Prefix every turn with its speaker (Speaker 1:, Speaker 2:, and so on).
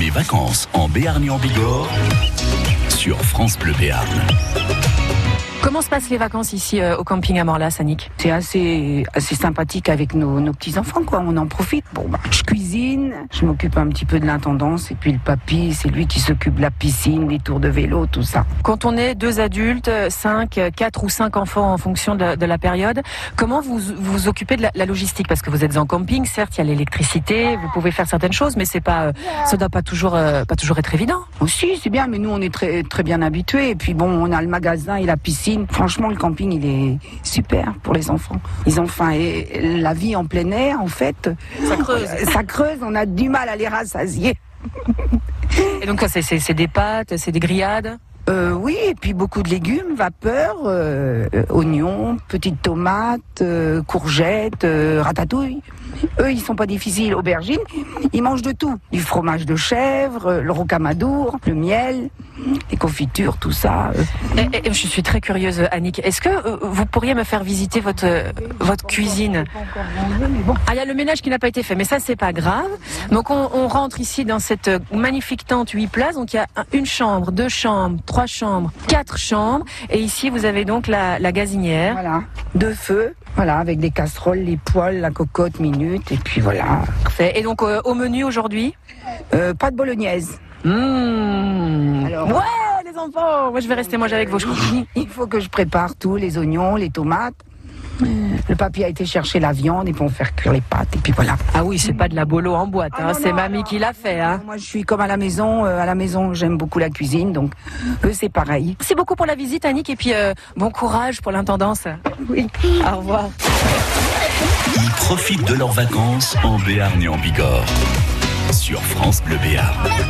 Speaker 1: Les vacances en Béarn et en Bigorre sur France Bleu Béarn.
Speaker 2: Comment se passent les vacances ici euh, au camping à Morlas, Annick
Speaker 3: C'est assez, assez sympathique avec nos, nos petits-enfants, quoi. On en profite. Bon, bah, je cuisine, je m'occupe un petit peu de l'intendance, et puis le papy, c'est lui qui s'occupe de la piscine, des tours de vélo, tout ça.
Speaker 2: Quand on est deux adultes, euh, cinq, euh, quatre ou cinq enfants en fonction de, de la période, comment vous vous vous occupez de la, la logistique Parce que vous êtes en camping, certes, il y a l'électricité, vous pouvez faire certaines choses, mais c'est pas, euh, ça doit pas toujours, euh, pas toujours être évident.
Speaker 3: Aussi, Oh, c'est bien, mais nous, on est très, très bien habitués. Et puis, bon, on a le magasin et la piscine. Franchement, le camping, il est super pour les enfants. Ils ont faim. Et la vie en plein air, en fait,
Speaker 2: Ça creuse.
Speaker 3: euh, ça creuse, on a du mal à les rassasier.
Speaker 2: Et donc, quoi, c'est- c'est c'est des pâtes, c'est des grillades.
Speaker 3: Euh, oui, et puis beaucoup de légumes, vapeur, euh, euh, oignons, petites tomates, euh, courgettes, euh, ratatouille. Eux, ils sont pas difficiles. Aubergines, ils mangent de tout. Du fromage de chèvre, euh, le rocamadour, le miel, les confitures, tout ça. euh.
Speaker 2: Et- et- et Eh, je suis très curieuse, Annick. Est-ce que euh, vous pourriez me faire visiter votre, euh, votre cuisine Ah, il y a le ménage qui n'a pas été fait, mais ça, c'est pas grave. Donc, on, on rentre ici dans cette euh, magnifique tente 8 places. Donc, il y a un- une chambre, deux chambres, trois chambres, quatre chambres. Et ici, vous avez donc la, la gazinière.
Speaker 3: Voilà, deux feux, voilà, avec des casseroles, les poêles, la cocotte, minute, et puis voilà.
Speaker 2: Parfait. Et donc, euh, au menu aujourd'hui
Speaker 3: Euh, pas de bolognaise.
Speaker 2: Mmh.
Speaker 3: Alors-
Speaker 2: Ouais, les enfants Moi, je vais rester manger avec vous. je crois.
Speaker 3: Il faut que je prépare tout, les oignons, les tomates. Le papy a été chercher la viande et puis on faire cuire les pâtes et puis voilà.
Speaker 2: Ah oui, c'est pas de la bolo en boîte.
Speaker 3: Ah
Speaker 2: hein.
Speaker 3: non,
Speaker 2: C'est
Speaker 3: non,
Speaker 2: mamie
Speaker 3: non.
Speaker 2: qui l'a fait. Hein.
Speaker 3: Moi, je suis comme à la maison. euh, à la maison, j'aime beaucoup la cuisine, donc eux, c'est pareil.
Speaker 2: Merci beaucoup pour la visite, Annick, et puis euh, bon courage pour l'intendance. Oui. Au revoir.
Speaker 1: Ils profitent de leurs vacances en Béarn et en Bigorre sur France Bleu Béarn.